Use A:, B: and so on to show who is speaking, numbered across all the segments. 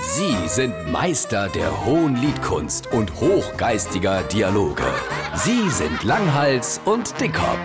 A: Sie sind Meister der hohen Liedkunst und hochgeistiger Dialoge. Sie sind Langhals und Dickhop.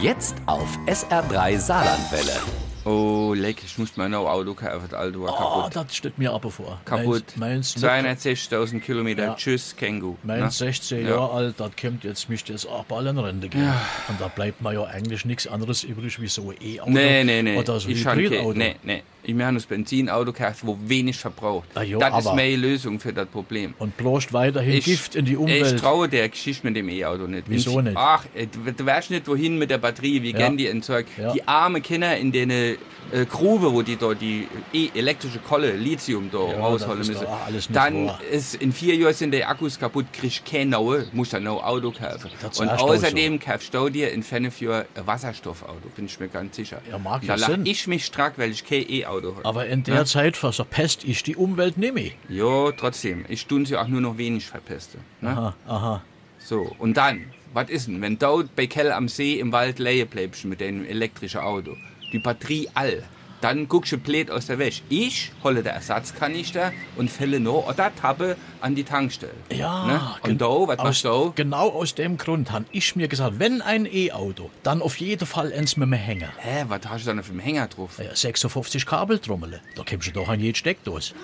A: Jetzt auf SR3 Saarlandwelle.
B: Oh, leck, ich muss mein Auto kaufen, das Auto war
C: Ah,
B: kaputt.
C: das steht mir aber vor.
B: Kaputt.
C: Meins, meins,
B: 260.000 Kilometer.
C: Ja.
B: Tschüss, Kengu. Na?
C: meins 16
B: Ja.
C: Jahre alt, das kommt jetzt, müsste jetzt auch bald in Rente gehen. Und da bleibt mir ja eigentlich nichts anderes übrig wie so ein E-Auto
B: Nee, nee, nee.
C: oder so ein
B: ich habe kein-
C: Hybridauto.
B: nee, nee. Ich habe ein Benzinauto gekauft, wo wenig verbraucht.
C: Ah, jo,
B: das ist
C: aber-
B: meine Lösung für das Problem.
C: Und bloß weiterhin Gift in die
B: Ich
C: Umwelt.
B: traue der Geschichte mit dem E-Auto nicht.
C: Wieso
B: Und-
C: nicht?
B: Ach, äh, du du weißt nicht, wohin mit der Batterie, wie
C: Ja.
B: gern die entsorgt.
C: Ja.
B: Die armen Kinder in den äh, Grube, wo die dort die e elektrische Kohle, Lithium da rausholen
C: das ist
B: müssen.
C: doch auch alles nicht
B: dann
C: wahr.
B: ist in vier Jahren sind die Akkus kaputt, kriegst keine neue, musst dann noch Auto kaufen.
C: Das
B: Und
C: ist auch
B: außerdem kaufst du dir in fünf Jahren ein Wasserstoffauto, bin ich mir ganz sicher.
C: Ja, mag
B: da
C: ja
B: lach
C: Sinn.
B: ich mich stark, weil ich kein E-Auto habe.
C: aber in der Zeit verpest ich die Umwelt nämlich.
B: Jo, trotzdem, ich tun sie auch nur noch wenig verpeste. Ne?
C: Aha, aha.
B: So, und dann, was ist denn, wenn dort bei Kell am See im Wald leer bleibst mit dem elektrischen Auto, die Batterie all, dann guckst du blöd aus der Wäsche. Ich hole den Ersatzkanister und fälle nur oder Tappe an die Tankstelle.
C: Ja,
B: Ne? Und da,
C: gen-
B: was machst
C: aus,
B: du?
C: Genau aus dem Grund habe ich mir gesagt, wenn ein E-Auto, dann auf jeden Fall eins mit dem Hänger.
B: Hä, was hast du da noch für einen Hänger drauf?
C: Ja, 56 Kabeltrommel, da kommst du doch an jede Steckdose.